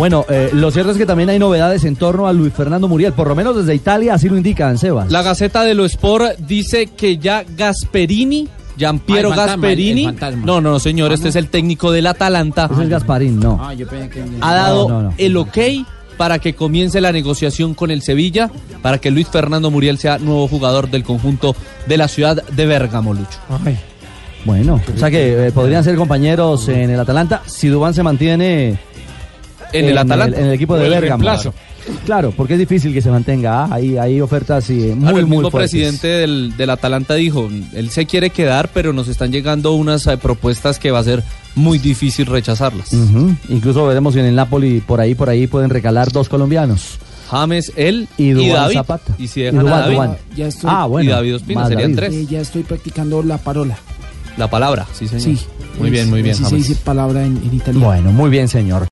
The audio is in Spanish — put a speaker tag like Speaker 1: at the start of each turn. Speaker 1: Bueno, eh, lo cierto es que también hay novedades en torno a Luis Fernando Muriel, por lo menos desde Italia así lo indican, Sebas.
Speaker 2: La Gaceta de lo Sport dice que ya Gasperini, Giampiero
Speaker 3: Ah, el fantasma,
Speaker 2: Gasperini,
Speaker 3: el- el fantasma.
Speaker 2: no, no, no, señor,
Speaker 3: Ah,
Speaker 2: este
Speaker 3: no.
Speaker 2: es el técnico del Atalanta,
Speaker 1: Ese es Gasparín, no.
Speaker 3: Ah, yo pensé que...
Speaker 2: ha dado
Speaker 1: no, no.
Speaker 2: el ok para que comience la negociación con el Sevilla, para que Luis Fernando Muriel sea nuevo jugador del conjunto de la ciudad de Bérgamo, Lucho.
Speaker 1: Bueno, o sea que eh, podrían ser compañeros en el Atalanta si Dubán se mantiene
Speaker 2: En el Atalanta.
Speaker 1: en el equipo de
Speaker 2: O el
Speaker 1: Bérgamo.
Speaker 2: reemplazo.
Speaker 1: Claro, porque es difícil que se mantenga. ah, Hay, hay ofertas y muy,
Speaker 2: Claro, el
Speaker 1: muy
Speaker 2: mismo
Speaker 1: fuertes.
Speaker 2: presidente del, del Atalanta dijo, él se quiere quedar, pero nos están llegando unas eh, propuestas que va a ser muy difícil rechazarlas.
Speaker 1: Ujú, Incluso veremos si en el Napoli por ahí, por ahí pueden recalar dos colombianos.
Speaker 2: James, él y,
Speaker 1: Y Dubán
Speaker 2: David.
Speaker 1: Zapata.
Speaker 2: Y si dejan
Speaker 1: Dubán,
Speaker 2: a David,
Speaker 1: Dubán.
Speaker 3: Ya estoy-
Speaker 1: ah, bueno.
Speaker 2: y David Ospina,
Speaker 1: más
Speaker 2: serían
Speaker 1: David.
Speaker 2: tres.
Speaker 3: Eh, ya estoy practicando la parola.
Speaker 2: la palabra. Sí, señor.
Speaker 3: Sí. Pues,
Speaker 2: Muy bien, muy bien,
Speaker 3: Así
Speaker 2: James.
Speaker 3: se dice palabra en, en italiano.
Speaker 1: Bueno, muy bien, señor.